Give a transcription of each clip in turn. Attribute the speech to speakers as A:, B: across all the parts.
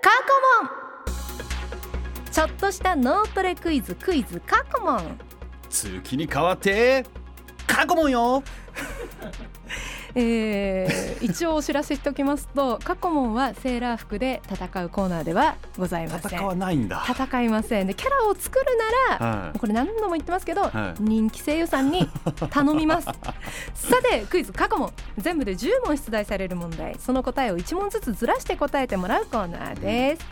A: 過去問ちょっとした脳トレクイズクイズ過去問、
B: 月に変わって過去問よ
A: えー一応お知らせしておきます と過去問はセーラー服で戦うコーナーではございません
B: 戦わないんだ
A: 戦いませんでキャラを作るなら
B: は
A: これ何度も言ってますけど、
B: はい
A: 人気声優さんに頼み ますさてクイズ過去問全部で10問出題される問題その答えを1問ずつずらして答えてもらうコーナーです、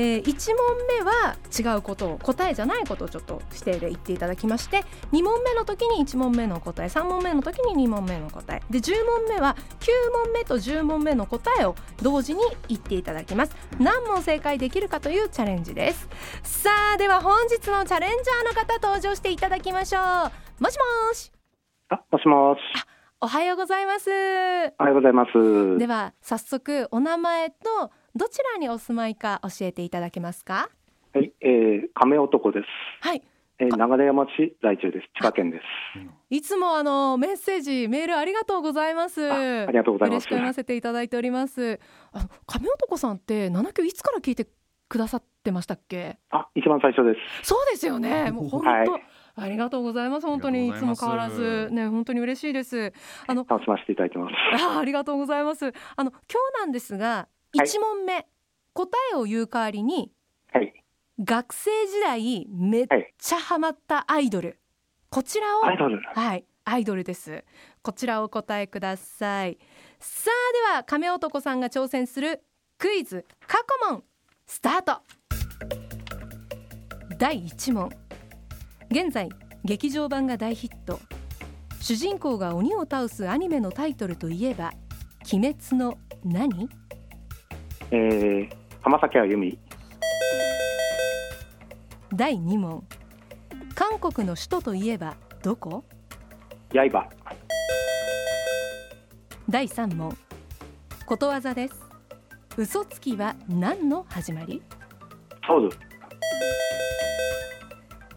A: え1問目は違うことを答えじゃないことをちょっと指定で言っていただきまして2問目の時に1問目の答え3問目の時に2問目の答えで10問目は9問目と10問目の答えを同時に言っていただきます何問正解できるかというチャレンジですさあでは本日のチャレンジャーの方登場していただきましょうもしもし
C: あ、もしもし。
A: おはようございますで
C: おはようございます。
A: は早速お名前とどちらにお住まいか教えていただけますか
C: はい、えー、亀男です。
A: はい
C: え
A: あ
C: ー、流山市在住です。千葉県です。
A: いつもあのメッセージメールありがとうございます
C: あありがとうございま
A: 嬉
C: す
A: しく読ませていただいておりますあの亀男さんって七級いつから聞いてくださってましたっけ
C: あ、一番最初です。
A: そうですよね。もう本当、
C: はい
A: ありがとうございます。本当にい
B: あり
A: つ
B: がとうご
A: も変
B: ざい
A: わ
B: ま
A: ら
B: す
A: ずね本当に嬉しいです。あの
C: 楽しませていただいてます。
A: あありがとうございます。あの今日なんですが
C: はい
A: 一問目、答えを言う代わりに
C: はい。
A: 学生時代めっちゃハマったアイドル、こちらを
C: アイドル。
A: はい、アイドルです。こちらをお答えください。さあ、では亀男さんが挑戦するクイズ過去問スタート。第一問。現在劇場版が大ヒット。主人公が鬼を倒すアニメのタイトルといえば「鬼滅の何?
C: えー、浜崎あゆみ。」
A: 第二問韓国の首都といえばどこ
C: 刃。
A: 第三問ことわざです嘘つきは何の始まり
C: ソウル。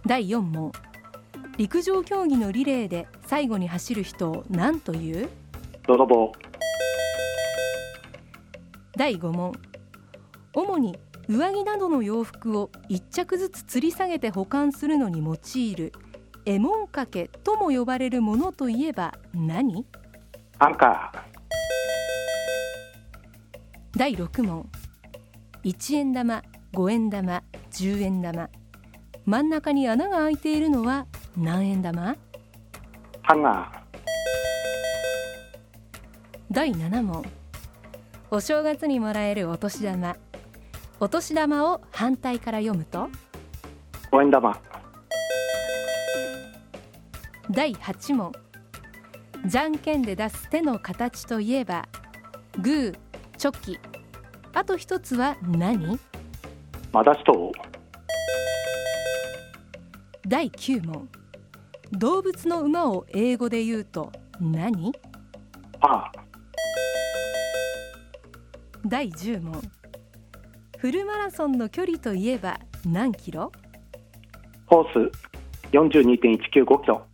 A: 第四問陸上競技のリレーで最後に走る人を何という
C: 泥棒。
A: 第五問主に上着などの洋服を一着ずつ吊り下げて保管するのに用いるエモン掛けとも呼ばれるものといえば何
C: アンカー。
A: 第6問1円玉5円玉10円玉真ん中に穴が開いているのは何円玉
C: ハンガ
A: 第7問お正月にもらえるお年玉お年玉を反対から読むと
C: ー。五円玉。
A: 第8問じゃんけんで出す手の形といえばグーチョキあと一つは何
C: まだしと。
A: 第9問動物の馬を英語で言うと何
C: パー。
A: 第10問フルマラソンの距離といえば何キロ
C: ホース。四十二点一九五キロ。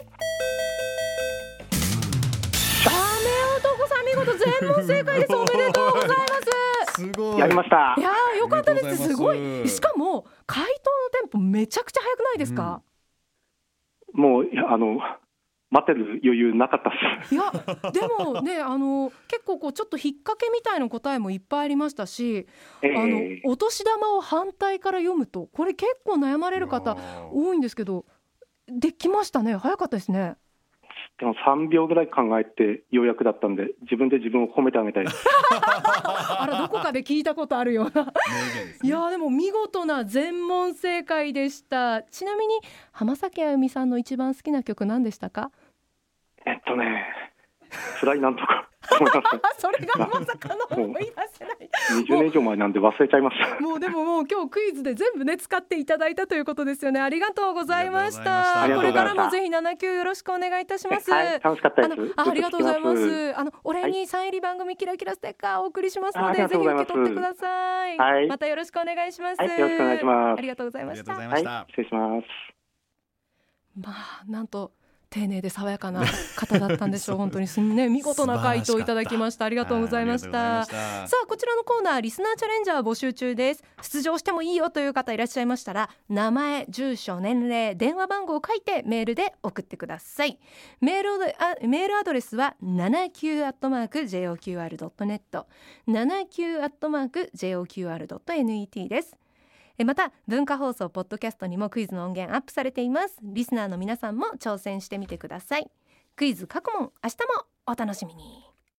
A: ダメ男さん見事全問正解ですおめでとうございます
B: すごい
C: やりました
A: い。やーよかった
B: あ
A: で
B: りが
A: す
B: と
A: す
B: うご
A: ご
B: ざいます
A: いしかも回答のテンポめちゃくちゃ早くないですか、
C: もう、いやあの。待ってる余裕なかったっす。
A: いやでもねあの結構こうちょっと引っ掛けみたいな答えもいっぱいありましたし、
C: え
A: あの
C: ー、
A: お年玉を反対から読むとこれ結構悩まれる
B: い
A: 方
B: やー
A: 多いんですけどできましたね早かったですね
C: でも三秒ぐらい考えて、ようやくだったんで、自分で自分を褒めてあげ たいです。
A: あらどこかで聞いたことあるような
B: 名言です
A: い
B: ね
A: やーでも見事な全問正解でしたちなみに浜崎あゆみさんの一番好きな曲何でしたか
C: えっとね、フライなんとか、ごめんなさい
A: あそれがまさかの思い出せない
C: 20年以上前なんで忘れちゃいました。
A: もうでももう今日クイズで全部ね使っていただいたということですよねありがとうございました
B: あり
C: が
A: こと
C: う
A: れ
C: ござ
A: か
C: いました
A: らもぜひ7級よろしくお願いいたします、
C: はい、楽しかった
A: あ
C: です
A: の。あありがとうございま
C: ずっ聞き
A: すあのお礼にサイン入り番組キラキラステッカーをお送りしますの
C: ああり
A: で
C: が
A: ぜ
C: とう
A: ひ
C: ござい
A: 受
C: ます
A: け取ってください、
C: はい
A: またよろしくお願いします、
C: はいよろしくお願いします
A: ありがとうござい
B: あ
A: ま
B: りが
A: し
B: とう
A: た
B: ござい
C: ま
B: まし
C: す。
B: た、
C: はい、失礼します。
A: まあなんと丁寧で爽やかな方だったんでしょう本当にすんね見事な回答いただきましたありがとうございまし
B: あ
A: た
B: りがとうございました
A: さあこちらのコーナーリスナーチャレンジャー募集中です出場してもいいよという方いらっしゃいましたら名前住所年齢電話番号を書いてメールで送ってくださいメールであメールアドレスは 79@joqr.net 79@joqr.net ですえまた文化放送ポッドキャストにもクイズの音源アップされていますリスナーの皆さんも挑戦してみてくださいクイズ過去問明日もお楽しみに